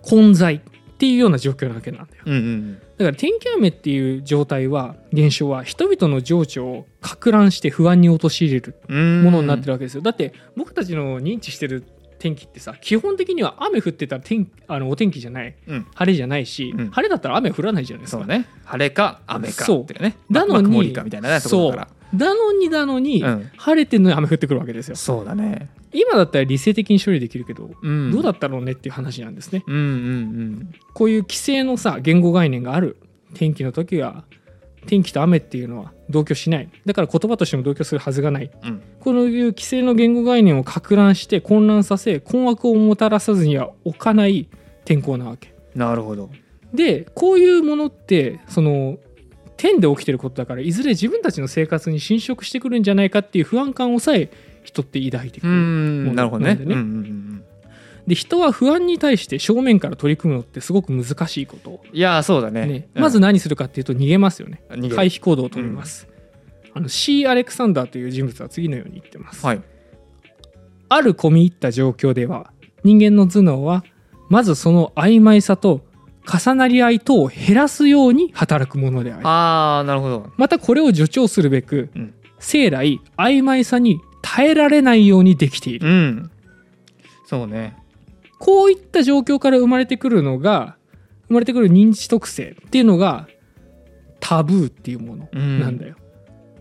[SPEAKER 1] 混在っていうような状況なわけなんだよ
[SPEAKER 2] うんうん
[SPEAKER 1] だから天気雨っていう状態は現象は人々の情緒を攪乱して不安に陥れる
[SPEAKER 2] うん
[SPEAKER 1] ものになってるわけですよ、だって僕たちの認知してる天気ってさ基本的には雨降ってたら天あのお天気じゃない
[SPEAKER 2] うん
[SPEAKER 1] 晴れじゃないし、
[SPEAKER 2] うん
[SPEAKER 1] 晴れだったら雨降らないじゃないです
[SPEAKER 2] そ
[SPEAKER 1] か
[SPEAKER 2] うね晴れか雨か
[SPEAKER 1] そう
[SPEAKER 2] っていうね
[SPEAKER 1] なのに
[SPEAKER 2] まあ曇りかみたいなねところだか
[SPEAKER 1] だのにだのに、
[SPEAKER 2] らうん
[SPEAKER 1] 晴れてんのに雨降ってくるわけですよ
[SPEAKER 2] そうだね
[SPEAKER 1] 今だったら理性的に処理できるけど、
[SPEAKER 2] うん
[SPEAKER 1] どうだったろうねっていう話なんですね
[SPEAKER 2] うんうん
[SPEAKER 1] こういう規制のさ言語概念がある天気の時は天気と雨っていうのは同居しないだから言葉としても同居するはずがない
[SPEAKER 2] うんうん
[SPEAKER 1] このいう規制の言語概念を攪乱して混乱させ困惑をもたらさずには置かない天候なわけ
[SPEAKER 2] なるほど
[SPEAKER 1] でこういうものってその天で起きてることだからいずれ自分たちの生活に侵食してくるんじゃないかっていう不安感をさえ人って抱いてく
[SPEAKER 2] う
[SPEAKER 1] る、
[SPEAKER 2] んなるほどね
[SPEAKER 1] なんでね
[SPEAKER 2] うんうんうん
[SPEAKER 1] で人は不安に対して正面から取り組むのってすごく難しいこと、
[SPEAKER 2] いやーそうだね
[SPEAKER 1] ね
[SPEAKER 2] うん
[SPEAKER 1] まず何するかっていうと逃げますよね
[SPEAKER 2] 逃げる
[SPEAKER 1] 回避行動をとります、あの C ・アレクサンダーという人物は次のように言ってます、
[SPEAKER 2] はい
[SPEAKER 1] ある込み入った状況では人間の頭脳はまずその曖昧さと重なり合い等を減らすように働くものである
[SPEAKER 2] ああなるほど
[SPEAKER 1] またこれを助長するべく
[SPEAKER 2] うん
[SPEAKER 1] 生来曖昧さに耐えられないようにできている
[SPEAKER 2] うんそうね
[SPEAKER 1] こういった状況から生まれてくるのが生まれてくる認知特性っていうのがタブーっていうものなんだよ。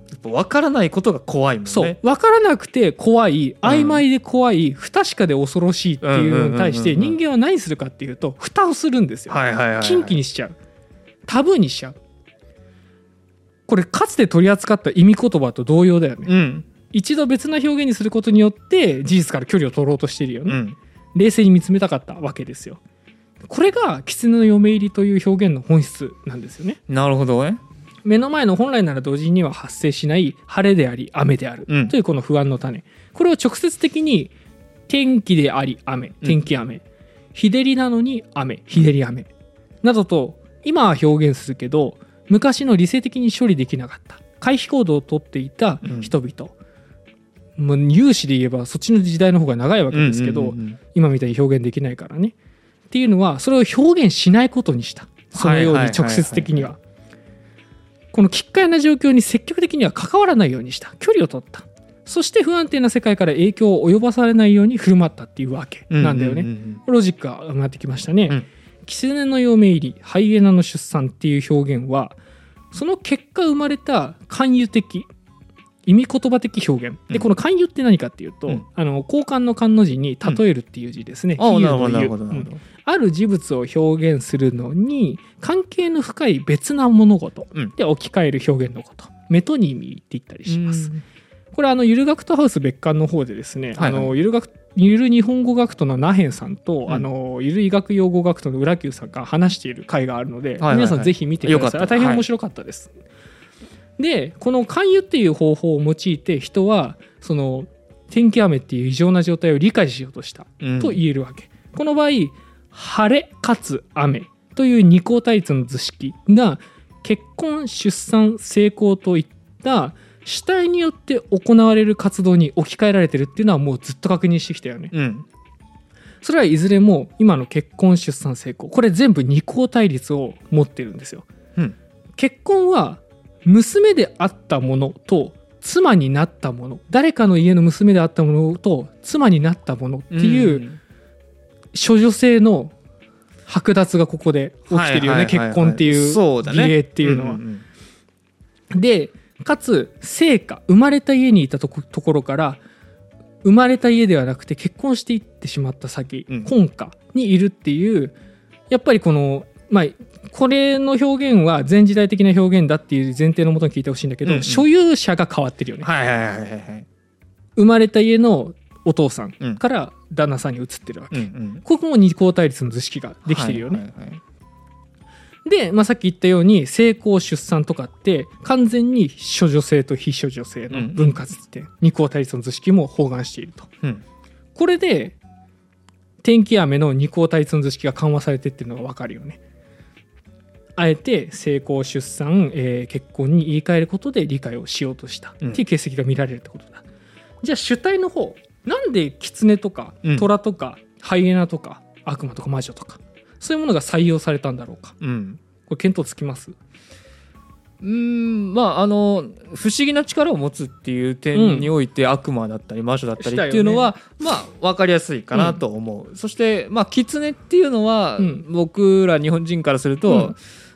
[SPEAKER 2] やっぱ分からないことが怖いもんね
[SPEAKER 1] そう分からなくて怖い曖昧で怖い、不確かで恐ろしいっていうのに対して
[SPEAKER 2] うんうんうんうんう
[SPEAKER 1] 人間
[SPEAKER 2] ん
[SPEAKER 1] は何するかっていうと蓋をするんですよ。
[SPEAKER 2] はいはいはいはい
[SPEAKER 1] 禁忌にしちゃうタブーにしちゃうこれかつて取り扱った意味言葉と同様だよね、
[SPEAKER 2] うん
[SPEAKER 1] 一度別な表現にすることによって事実から距離を取ろうとしているよ
[SPEAKER 2] う
[SPEAKER 1] ね、
[SPEAKER 2] ん
[SPEAKER 1] 冷静に見つめたかったわけですよこれが狐の嫁入りという表現の本質なんですよね
[SPEAKER 2] なるほどね
[SPEAKER 1] 目の前の本来なら同時には発生しない晴れであり雨である
[SPEAKER 2] うん
[SPEAKER 1] というこの不安の種これを直接的に天気であり雨天気雨、日照りなのに雨日照り雨などと今は表現するけど昔の理性的に処理できなかった回避行動をとっていた人々、もう有志で言えばそっちの時代の方が長いわけですけど、
[SPEAKER 2] うんうんうんうん
[SPEAKER 1] 今みたいに表現できないからねっていうのはそれを表現しないことにしたそのように直接的には,、
[SPEAKER 2] は
[SPEAKER 1] この奇怪な状況に積極的には関わらないようにした距離を取ったそして不安定な世界から影響を及ばされないように振る舞ったっていうわけなんだよね、
[SPEAKER 2] うううん
[SPEAKER 1] ロジックが上がってきましたね、
[SPEAKER 2] うん
[SPEAKER 1] 狐の嫁入りハイエナの出産っていう表現はその結果生まれた勧誘的意味言葉的表現、
[SPEAKER 2] う
[SPEAKER 1] で
[SPEAKER 2] ん
[SPEAKER 1] この勧誘って何かっていうと、
[SPEAKER 2] うん
[SPEAKER 1] あの交換の漢の字に例えるっていう字ですね、
[SPEAKER 2] うんあ
[SPEAKER 1] 比喩
[SPEAKER 2] なるほ
[SPEAKER 1] の比喩
[SPEAKER 2] どなるほどなるほ
[SPEAKER 1] う
[SPEAKER 2] ど
[SPEAKER 1] んある事物を表現するのに関係の深い別な物事
[SPEAKER 2] うん
[SPEAKER 1] で置き換える表現のこと、メトニミーって言ったりします、
[SPEAKER 2] うん
[SPEAKER 1] これあのゆる学徒ハウス別館の方でですね、
[SPEAKER 2] はいはい
[SPEAKER 1] あのゆる学ゆる日本語学徒のナヘンさんと、
[SPEAKER 2] うん
[SPEAKER 1] あのゆる医学用語学徒の浦久さんが話している回があるので、
[SPEAKER 2] いはいはい
[SPEAKER 1] 皆さんぜひ見てください
[SPEAKER 2] よかった
[SPEAKER 1] 大変面白かったです、でこの勧誘っていう方法を用いて人はその天気雨っていう異常な状態を理解しようとした
[SPEAKER 2] うん
[SPEAKER 1] と言えるわけ、この場合晴れかつ雨という二項対立の図式が結婚出産成功といった主体によって行われる活動に置き換えられてるっていうのはもうずっと確認してきたよね
[SPEAKER 2] うん
[SPEAKER 1] それはいずれも今の結婚出産成功これ全部二項対立を持ってるんですよ、
[SPEAKER 2] うん
[SPEAKER 1] 結婚は娘であったものと妻になったもの誰かの家の娘であったものと妻になったものっていう、
[SPEAKER 2] ん
[SPEAKER 1] 処女性の剥奪がここで起きてるよね、
[SPEAKER 2] はいはいはいはい
[SPEAKER 1] 結婚っていう
[SPEAKER 2] そうだね
[SPEAKER 1] 儀礼っていうのは。
[SPEAKER 2] んんん
[SPEAKER 1] でかつ生家生まれた家にいたとこところから生まれた家ではなくて結婚していってしまった先、
[SPEAKER 2] うん
[SPEAKER 1] 婚家にいるっていうやっぱりこのまあこれの表現は前時代的な表現だっていう前提のもとに聞いてほしいんだけど、
[SPEAKER 2] うんうん
[SPEAKER 1] 所有者が変わってるよね。
[SPEAKER 2] はいはいはいはいはい
[SPEAKER 1] 生まれた家のお父さ
[SPEAKER 2] うん
[SPEAKER 1] んから旦那さんに移ってるわけ。
[SPEAKER 2] うんうん
[SPEAKER 1] ここも二項対立の図式ができてるよね。
[SPEAKER 2] はいはいはい
[SPEAKER 1] で、まあ、さっき言ったように性交出産とかって完全に処女性と非処女性の分割って二項対立の図式も包含していると
[SPEAKER 2] うん
[SPEAKER 1] これで天気雨の二項対立の図式が緩和されてっていうのが分かるよねあえて性交出産、えー結婚に言い換えることで理解をしようとしたっていう形跡が見られるってことだ、じゃあ主体の方なんで狐とか
[SPEAKER 2] うん
[SPEAKER 1] 虎とか、ハイエナとか悪魔とか魔女とかそういうものが採用されたんだろうか
[SPEAKER 2] うん
[SPEAKER 1] これ検討つきます
[SPEAKER 2] うーんまああの不思議な力を持つっていう点において、悪魔だったり魔女だったりっていうのは、まあ分かりやすいかなと思う、そしてまあ狐っていうのは、
[SPEAKER 1] うん
[SPEAKER 2] 僕ら日本人からすると、
[SPEAKER 1] うん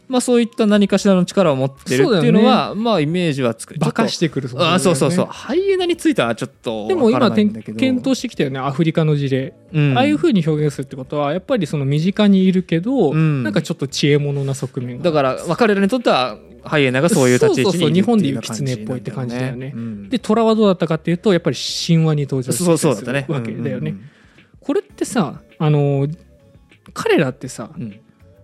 [SPEAKER 2] まあそういった何かしらの力を持ってるっていうのはまあイメージはつく
[SPEAKER 1] バカしててくる
[SPEAKER 2] あそうそうそう
[SPEAKER 1] こ
[SPEAKER 2] ハイエナについてはちょっと
[SPEAKER 1] とだよねでも
[SPEAKER 2] わから
[SPEAKER 1] 今
[SPEAKER 2] ない
[SPEAKER 1] て
[SPEAKER 2] ん
[SPEAKER 1] ん
[SPEAKER 2] だけど
[SPEAKER 1] 検討してきたよねアフリカの事例、
[SPEAKER 2] うん
[SPEAKER 1] ああいうふうに表現するってことはやっぱりその身近にいるけど、
[SPEAKER 2] うん
[SPEAKER 1] なんかちょっと知恵者な側面が
[SPEAKER 2] だから別れらにとってはハイエナがそういう立ち位置にいる
[SPEAKER 1] そうそうそう
[SPEAKER 2] ってい
[SPEAKER 1] 日本でいう狐っぽいって感じだよね
[SPEAKER 2] うん
[SPEAKER 1] で虎はどうだったかっていうとやっぱり神話に登場してき
[SPEAKER 2] そ
[SPEAKER 1] た
[SPEAKER 2] う
[SPEAKER 1] りす
[SPEAKER 2] そうだ
[SPEAKER 1] る
[SPEAKER 2] ったね
[SPEAKER 1] わけだよね、
[SPEAKER 2] うん
[SPEAKER 1] これってさあのー彼らってさ
[SPEAKER 2] うんうん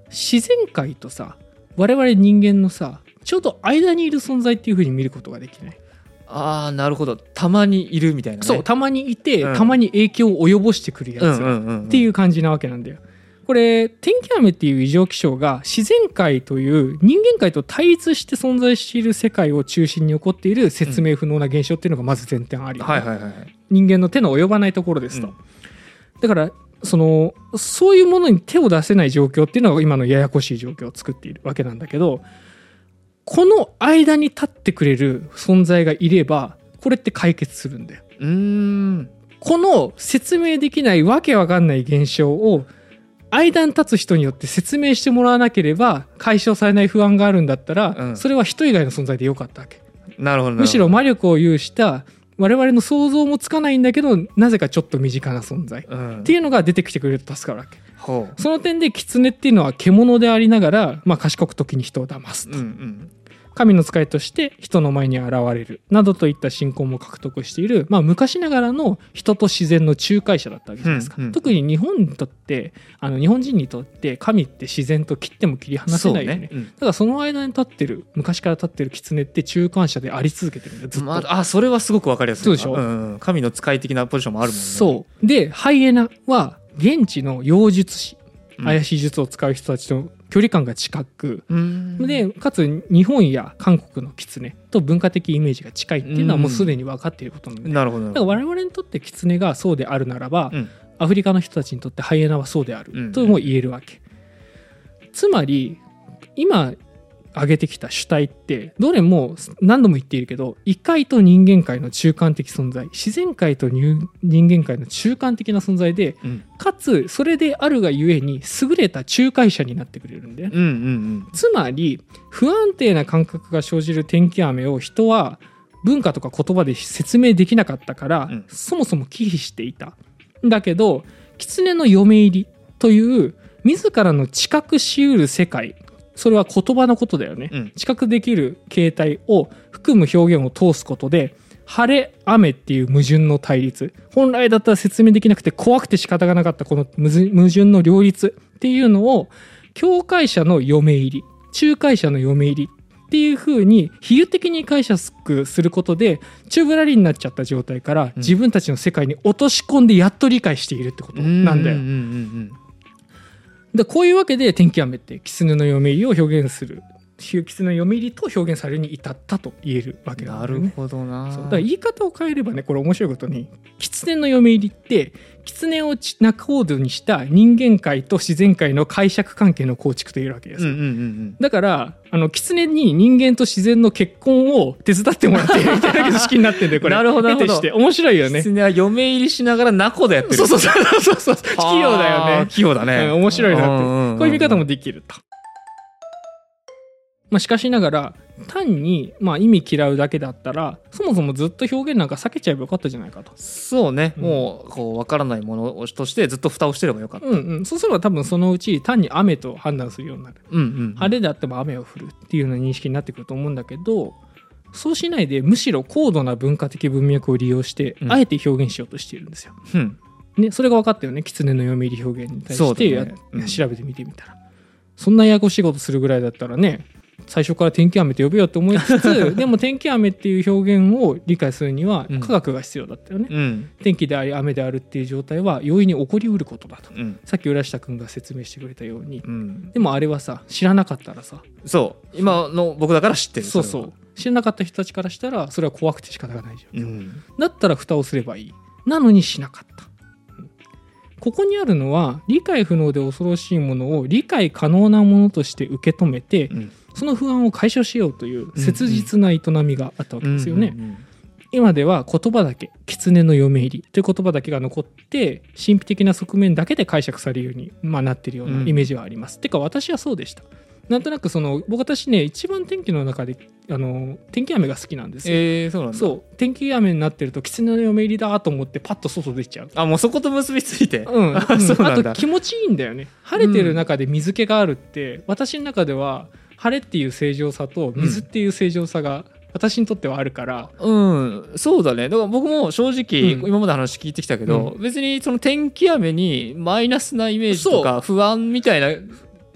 [SPEAKER 1] 自然界とさ我々人間のさちょうど間にいる存在っていうふうに見ることができない、
[SPEAKER 2] ああなるほどたまにいるみたいなね
[SPEAKER 1] そうたまにいて、
[SPEAKER 2] うん
[SPEAKER 1] たまに影響を及ぼしてくるやつ、
[SPEAKER 2] うんうんうん
[SPEAKER 1] っていうう感じなわけなんだよ。これ天気雨っていう異常気象が自然界という人間界と対立して存在している世界を中心に起こっている説明不能な現象っていうのがまず前提あり、
[SPEAKER 2] んはいはいはい
[SPEAKER 1] 人間の手の及ばないところですと、
[SPEAKER 2] うん
[SPEAKER 1] だからそのそういうものに手を出せない状況っていうのが今のややこしい状況を作っているわけなんだけどこの間に立ってくれる存在がいればこれって解決するんだよ
[SPEAKER 2] うーん
[SPEAKER 1] この説明できないわけわかんない現象を間に立つ人によって説明してもらわなければ解消されない不安があるんだったら、
[SPEAKER 2] うん
[SPEAKER 1] それは人以外の存在でよかったわけ
[SPEAKER 2] なるほどなるほど
[SPEAKER 1] むしろ魔力を有した我々の想像もつかないんだけどなぜかちょっと身近な存在っ
[SPEAKER 2] うん
[SPEAKER 1] ていうのが出てきてくれると助かるわけ
[SPEAKER 2] ほ
[SPEAKER 1] その点で狐っていうのは獣でありながら、まあ、賢く時に人を騙す
[SPEAKER 2] う
[SPEAKER 1] と、
[SPEAKER 2] うんうん
[SPEAKER 1] 神の使いとして人の前に現れるなどといった信仰も獲得している、まあ、昔ながらの人と自然の仲介者だったわけじゃないですか、
[SPEAKER 2] うんうん
[SPEAKER 1] 特に日本にとってあの日本人にとって神って自然と切っても切り離せないよね
[SPEAKER 2] そううん
[SPEAKER 1] ただその間に立ってる昔から立ってる狐って中間者であり続けてるんだよずっと、
[SPEAKER 2] まあ、あそれはすごくわかりやすいな
[SPEAKER 1] そうでしょ
[SPEAKER 2] んうん、神の使い的なポジションもあるもんね
[SPEAKER 1] そうでハイエナは現地の妖術師
[SPEAKER 2] うん
[SPEAKER 1] 怪しい術を使う人たちと距離感が近く、
[SPEAKER 2] ううん
[SPEAKER 1] でかつ日本や韓国の狐と文化的イメージが近いっていうのはもうすでに分かっていることなんで、だ
[SPEAKER 2] なるほどなる
[SPEAKER 1] から
[SPEAKER 2] ほど
[SPEAKER 1] 我々にとって狐がそうであるならば、
[SPEAKER 2] うん
[SPEAKER 1] アフリカの人たちにとってハイエナはそうであ
[SPEAKER 2] う
[SPEAKER 1] る
[SPEAKER 2] ん
[SPEAKER 1] とも言えるわけ、つまり今挙げてきた主体ってどれも何度も言っているけど異界と人間界の中間的存在自然界と人間界の中間的な存在で
[SPEAKER 2] うん
[SPEAKER 1] かつそれであるがゆえに優れた仲介者になってくれるんだよね
[SPEAKER 2] うんうん
[SPEAKER 1] つまり不安定な感覚が生じる天気雨を人は文化とか言葉で説明できなかったから、
[SPEAKER 2] うん
[SPEAKER 1] そもそも忌避していただけど狐の嫁入りという自らの知覚しうる世界それは言葉のことだよね、
[SPEAKER 2] うんうん
[SPEAKER 1] 知覚できる形態を含む表現を通すことで晴れ雨っていう矛盾の対立本来だったら説明できなくて怖くて仕方がなかったこの矛盾矛盾の両立っていうのを境界者の嫁入り仲介者の嫁入りっていう風に比喩的に解釈することで宙ぶらりんになっちゃった状態から自分たちの世界に落とし込んでやっと理解しているってことなんだよ
[SPEAKER 2] うん。うん
[SPEAKER 1] でこういうわけで天気雨って狐の嫁入りを表現する狐の嫁入りと表現されるに至ったと言えるわ
[SPEAKER 2] う
[SPEAKER 1] け
[SPEAKER 2] ん
[SPEAKER 1] な
[SPEAKER 2] なん
[SPEAKER 1] だよ
[SPEAKER 2] る
[SPEAKER 1] ね。
[SPEAKER 2] ほどな
[SPEAKER 1] そうだから言い方を変えればねこれ面白いことに狐の嫁入りって狐をち仲人にした人間界と自然界の解釈関係の構築と言えるわけです
[SPEAKER 2] うん
[SPEAKER 1] よ。
[SPEAKER 2] うんうん
[SPEAKER 1] だからあの狐に人間と自然の結婚を手伝ってもらっているみたいな式になってんだよこれ
[SPEAKER 2] なるほどなるほど
[SPEAKER 1] 得てして面白いよ
[SPEAKER 2] うん
[SPEAKER 1] ね
[SPEAKER 2] 狐は嫁入りしながら仲でやってる
[SPEAKER 1] そうそうそうそうそう器用だよ
[SPEAKER 2] あ
[SPEAKER 1] ね
[SPEAKER 2] ー器用だね、
[SPEAKER 1] うん面白いなってこういう見方も
[SPEAKER 2] で
[SPEAKER 1] できると。まあ、しかしながら単にまあ意味嫌うだけだったらそもそもずっと表現なんか避けちゃえばよかったじゃないかと。
[SPEAKER 2] そうね、
[SPEAKER 1] うん
[SPEAKER 2] もうこう分からないものとしてずっと蓋をしてればよかった、
[SPEAKER 1] うんうん、そうすれば多分そのうち単に雨と判断するようになる。
[SPEAKER 2] うんうん、
[SPEAKER 1] 晴れであっても雨を降るっていうような認識になってくると思うんだけどそうしないでむしろ高度な文化的文脈を利用して、
[SPEAKER 2] うん
[SPEAKER 1] あえて表現しようとしているんですよ。
[SPEAKER 2] うん
[SPEAKER 1] ね、それが分かったよね狐の嫁入り表現に対
[SPEAKER 2] そ
[SPEAKER 1] し
[SPEAKER 2] うだ
[SPEAKER 1] て
[SPEAKER 2] ね
[SPEAKER 1] や、
[SPEAKER 2] うん
[SPEAKER 1] 調べてみてみたらそんなややこしいことするぐらいだったらね最初から天気雨って呼べよって思いつ つでも天気雨っていう表現を理解するには
[SPEAKER 2] うん
[SPEAKER 1] 科学が必要だったよね、
[SPEAKER 2] うん
[SPEAKER 1] 天気であり雨であるっていう状態は容易に起こりうることだと
[SPEAKER 2] うん
[SPEAKER 1] さっき浦下君が説明してくれたように
[SPEAKER 2] うん
[SPEAKER 1] でもあれはさ知らなかったらさ
[SPEAKER 2] そう今の僕だから知ってる
[SPEAKER 1] そう
[SPEAKER 2] れ
[SPEAKER 1] そ
[SPEAKER 2] は
[SPEAKER 1] う知らなかった人たちからしたらそれは怖くて仕方がないじゃん
[SPEAKER 2] うん
[SPEAKER 1] だったら蓋をすればいいなのにしなかったうんここにあるのは理解不能で恐ろしいものを理解可能なものとして受け止めて
[SPEAKER 2] うん
[SPEAKER 1] その不安を解消しようという切実な営みがあったわけですよね、
[SPEAKER 2] うんうん
[SPEAKER 1] 今では言葉だけ「狐の嫁入り」という言葉だけが残って神秘的な側面だけで解釈されるように、まあ、なってるよう
[SPEAKER 2] う
[SPEAKER 1] なんイメージはあります、てか私はそうでしたなんとなくその僕私ね一番天気の中であの天気雨が好きなんですよ
[SPEAKER 2] えー、そうなんだ
[SPEAKER 1] そう天気雨になってると狐の嫁入りだと思ってパッと外出ちゃう。
[SPEAKER 2] あもうそこと結びついて
[SPEAKER 1] うん、あ
[SPEAKER 2] そうなんだ
[SPEAKER 1] と気持ちいいんだよね晴れてる中で水気があるって、私の中では晴れっていう正常さと水っていう正常さが私にとってはあるから、
[SPEAKER 2] うん、そうだねだから僕も正直、
[SPEAKER 1] うん
[SPEAKER 2] 今まで話聞いてきたけど、別にその天気雨にマイナスなイメージとか不安みたいな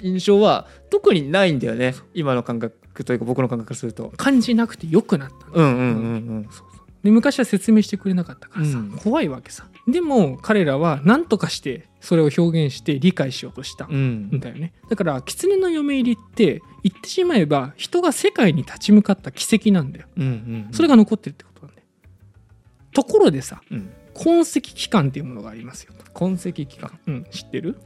[SPEAKER 2] 印象は特にないんだよね今の感覚というか僕の感覚からすると。
[SPEAKER 1] 感じなくて良くなったの
[SPEAKER 2] うんうんうん
[SPEAKER 1] そうそうで昔は説明してくれなかったからさ、
[SPEAKER 2] うん
[SPEAKER 1] 怖いわけさでも彼らは何とかしてそれを表現して理解しようとした
[SPEAKER 2] うん。うんん
[SPEAKER 1] だよねだから狐の嫁入りって言ってしまえば人が世界に立ち向かった奇跡なんだよ
[SPEAKER 2] うんうん
[SPEAKER 1] それが残ってるってことなんだよところでさ
[SPEAKER 2] うん
[SPEAKER 1] 痕跡期間っていうものがありますよと、
[SPEAKER 2] 痕跡期間
[SPEAKER 1] うん、知ってる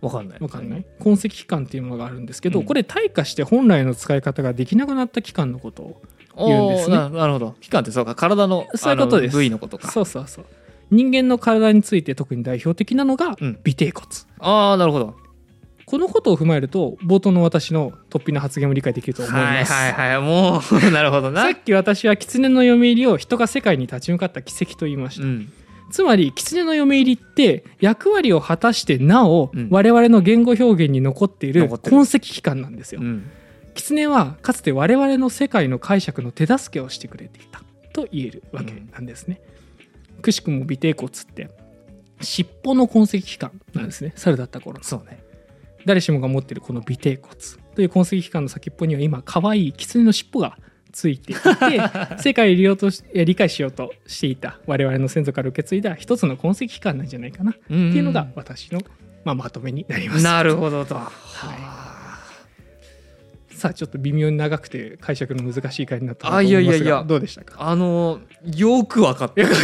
[SPEAKER 2] わかんない
[SPEAKER 1] わかんない痕跡期間っていうものがあるんですけど、これ退化して本来の使い方ができなくなった期間のことを
[SPEAKER 2] おー
[SPEAKER 1] 言うんですね
[SPEAKER 2] ななるほど期間ってそうか体の
[SPEAKER 1] そういうことです
[SPEAKER 2] あの部位のことか
[SPEAKER 1] そうそうそう人間の体について特に代表的なのが
[SPEAKER 2] うん
[SPEAKER 1] 尾てい骨、
[SPEAKER 2] ああなるほど
[SPEAKER 1] このことを踏まえると冒頭の私の突飛な発言を理解できると思い
[SPEAKER 2] はい
[SPEAKER 1] ます、
[SPEAKER 2] はいはいもう なるほどな
[SPEAKER 1] さっき私は狐の嫁入りを人が世界に立ち向かった奇跡と言いました、
[SPEAKER 2] うん
[SPEAKER 1] つまり狐の嫁入りって役割を果たしてなお
[SPEAKER 2] うん
[SPEAKER 1] 我々の言語表現に残っている
[SPEAKER 2] 残ってる
[SPEAKER 1] 痕跡期間なんですよ、
[SPEAKER 2] うん
[SPEAKER 1] 狐はかつて我々の世界の解釈の手助けをしてくれていたと言えるわけなんですね、くしくも尾てい骨って尻尾の痕跡期間なんですね、猿だった頃の
[SPEAKER 2] そうね
[SPEAKER 1] 誰しもが持っているこの尾てい骨という痕跡期間の先っぽには今可愛い狐の尻尾がつい ていて世界を利用としえ理解しようとしていた我々の先祖から受け継いだ一つの痕跡期間なんじゃないかなっ
[SPEAKER 2] って
[SPEAKER 1] て
[SPEAKER 2] い
[SPEAKER 1] いうのが私の、まあ、まとめになります。
[SPEAKER 2] なるほどと
[SPEAKER 1] さあちょっと微妙に長くて解釈の難しい回になったなと
[SPEAKER 2] あ
[SPEAKER 1] 思
[SPEAKER 2] い
[SPEAKER 1] いま
[SPEAKER 2] や
[SPEAKER 1] す
[SPEAKER 2] い
[SPEAKER 1] が
[SPEAKER 2] やいや
[SPEAKER 1] どうでしたか
[SPEAKER 2] あのよく分かったよか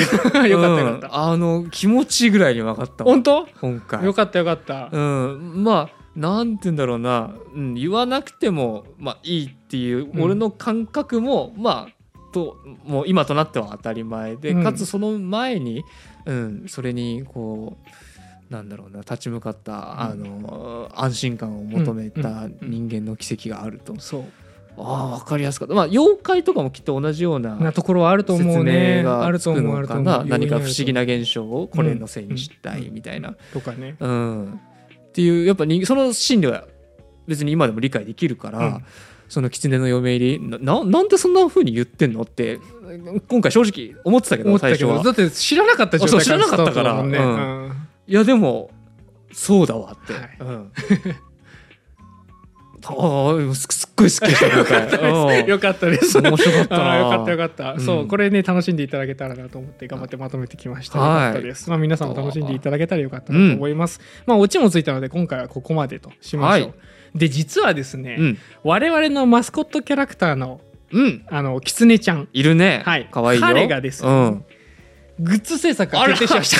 [SPEAKER 1] よかったよかった。
[SPEAKER 2] あの気持ちいいぐらいに分かったわ
[SPEAKER 1] 本当、
[SPEAKER 2] 今回
[SPEAKER 1] よかったよかった。
[SPEAKER 2] うん、まあなんて言うんだろうな、うん、言わなくても、まあ、いいっていう、
[SPEAKER 1] うん
[SPEAKER 2] 俺の感覚もまあともう今となっては当たり前で、
[SPEAKER 1] うん
[SPEAKER 2] かつその前に、うん、それにこうなんだろうな立ち向かった、あの安心感を求めた
[SPEAKER 1] うんうん
[SPEAKER 2] 人間の奇跡があると、
[SPEAKER 1] そう
[SPEAKER 2] ああ分かりやすかった、まあ、妖怪とかもきっと同じような
[SPEAKER 1] なところはあると
[SPEAKER 2] 説
[SPEAKER 1] 思うね
[SPEAKER 2] 明。
[SPEAKER 1] あ
[SPEAKER 2] が
[SPEAKER 1] る
[SPEAKER 2] つ
[SPEAKER 1] と
[SPEAKER 2] く
[SPEAKER 1] 思うあ
[SPEAKER 2] の
[SPEAKER 1] ると
[SPEAKER 2] か
[SPEAKER 1] 思う。
[SPEAKER 2] な何か不思議
[SPEAKER 1] な
[SPEAKER 2] な現象をこれのせいにしたいみたいな。
[SPEAKER 1] とかね。
[SPEAKER 2] うん、っていうやっぱ人その心理は別に今でも理解できるから、
[SPEAKER 1] うん
[SPEAKER 2] その狐の嫁入りなななんでそんな風に言ってんのって今回正直思ってたけど
[SPEAKER 1] 思った
[SPEAKER 2] 最
[SPEAKER 1] け
[SPEAKER 2] 初
[SPEAKER 1] ど
[SPEAKER 2] は
[SPEAKER 1] だって知らなかった状態
[SPEAKER 2] あそう知らなかったから
[SPEAKER 1] スタートだもんね。
[SPEAKER 2] うんいやでもそうだわって、
[SPEAKER 1] はい
[SPEAKER 2] うんああすすっごい好きでした 今回
[SPEAKER 1] うん
[SPEAKER 2] うん
[SPEAKER 1] よかったです。
[SPEAKER 2] 面白かった
[SPEAKER 1] あ
[SPEAKER 2] な
[SPEAKER 1] ーよかったよかった、
[SPEAKER 2] うん
[SPEAKER 1] そうこれね楽しんでいただけたらなと思って頑張ってまとめてきました、
[SPEAKER 2] はい
[SPEAKER 1] よかったです、まあ、皆さんも楽しんでいただけたらよかったなと思います、まあオチもついたので今回はここまでとしましょう、
[SPEAKER 2] は
[SPEAKER 1] で実はですね、
[SPEAKER 2] うん
[SPEAKER 1] 我々のマスコットキャラクターの
[SPEAKER 2] うん
[SPEAKER 1] あのキツネちゃん
[SPEAKER 2] いるね、
[SPEAKER 1] はい
[SPEAKER 2] かわいいよ
[SPEAKER 1] 彼がですね
[SPEAKER 2] うん、
[SPEAKER 1] グッズ制作が決定しました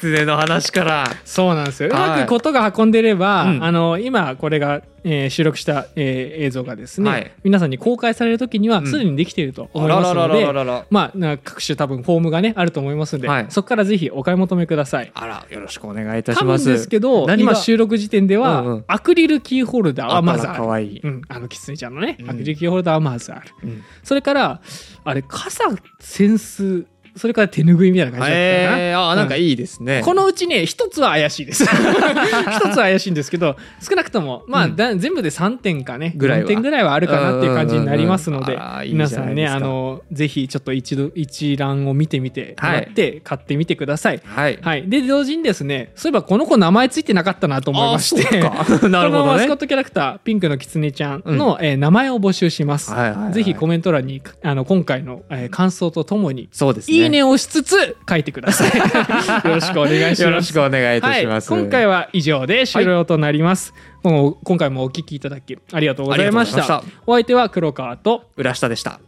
[SPEAKER 2] 狐の話から
[SPEAKER 1] そうなんですよ、
[SPEAKER 2] はいう
[SPEAKER 1] まくことが運んでれば、
[SPEAKER 2] うん
[SPEAKER 1] あの今これが、えー収録した、えー映像がですね、
[SPEAKER 2] はい
[SPEAKER 1] 皆さんに公開される時に
[SPEAKER 2] う
[SPEAKER 1] は
[SPEAKER 2] ん
[SPEAKER 1] すでにできていると思
[SPEAKER 2] あ
[SPEAKER 1] い
[SPEAKER 2] ら
[SPEAKER 1] ま
[SPEAKER 2] ら
[SPEAKER 1] す
[SPEAKER 2] ら
[SPEAKER 1] の
[SPEAKER 2] ら
[SPEAKER 1] で、
[SPEAKER 2] ららら
[SPEAKER 1] まあな各種多分フォームがねあると思いますので、
[SPEAKER 2] はい
[SPEAKER 1] そこからぜひお買い求めください
[SPEAKER 2] あらよろしくお願いいたし
[SPEAKER 1] 多
[SPEAKER 2] ま
[SPEAKER 1] 分
[SPEAKER 2] す
[SPEAKER 1] ですけど
[SPEAKER 2] 何が
[SPEAKER 1] 今収録時点では、
[SPEAKER 2] うんうん
[SPEAKER 1] アクリルキーホルダーはまずある
[SPEAKER 2] 可愛い
[SPEAKER 1] うん、あのキツネちゃんのね、
[SPEAKER 2] うん
[SPEAKER 1] アクリルキーホルダーはまずある
[SPEAKER 2] うん
[SPEAKER 1] それからあれ傘扇子それから手拭いみたいな感じだったかな、
[SPEAKER 2] えー、あなんかいいですね。
[SPEAKER 1] このうちね一つは怪しい です一つは怪しいんですけど少なくともまあ、
[SPEAKER 2] うん
[SPEAKER 1] だ全部で3点かね
[SPEAKER 2] ぐらいは
[SPEAKER 1] 4点ぐらいはあるかなっていう感じになりますの
[SPEAKER 2] う
[SPEAKER 1] で
[SPEAKER 2] んうんうんあーいいじゃない
[SPEAKER 1] 皆
[SPEAKER 2] ですか
[SPEAKER 1] さんねあのぜひちょっと一度一覧を見てみてもらって、買ってみてください。
[SPEAKER 2] はい。
[SPEAKER 1] はい、で同時にですねそういえばこの子名前ついてなかったなと思いまして
[SPEAKER 2] あそうか なる
[SPEAKER 1] この
[SPEAKER 2] ほど
[SPEAKER 1] マス
[SPEAKER 2] ね
[SPEAKER 1] コッ。トキャラクターピンクのキツネちゃんの、えー名前を募集します、
[SPEAKER 2] はいはいはい
[SPEAKER 1] ぜひコメント欄にあの今回の、えー感想とともに
[SPEAKER 2] そうですね。
[SPEAKER 1] いいねをしつつ書いてくださ い。よろしくお願いし
[SPEAKER 2] よ
[SPEAKER 1] ま
[SPEAKER 2] ろし
[SPEAKER 1] す。
[SPEAKER 2] くお願いいたします。
[SPEAKER 1] 今回は以上で終了となります。もう今回もお聞きいただきありがとうございました。
[SPEAKER 2] ありがとうございま
[SPEAKER 1] お相手は黒川と
[SPEAKER 2] 浦下でした。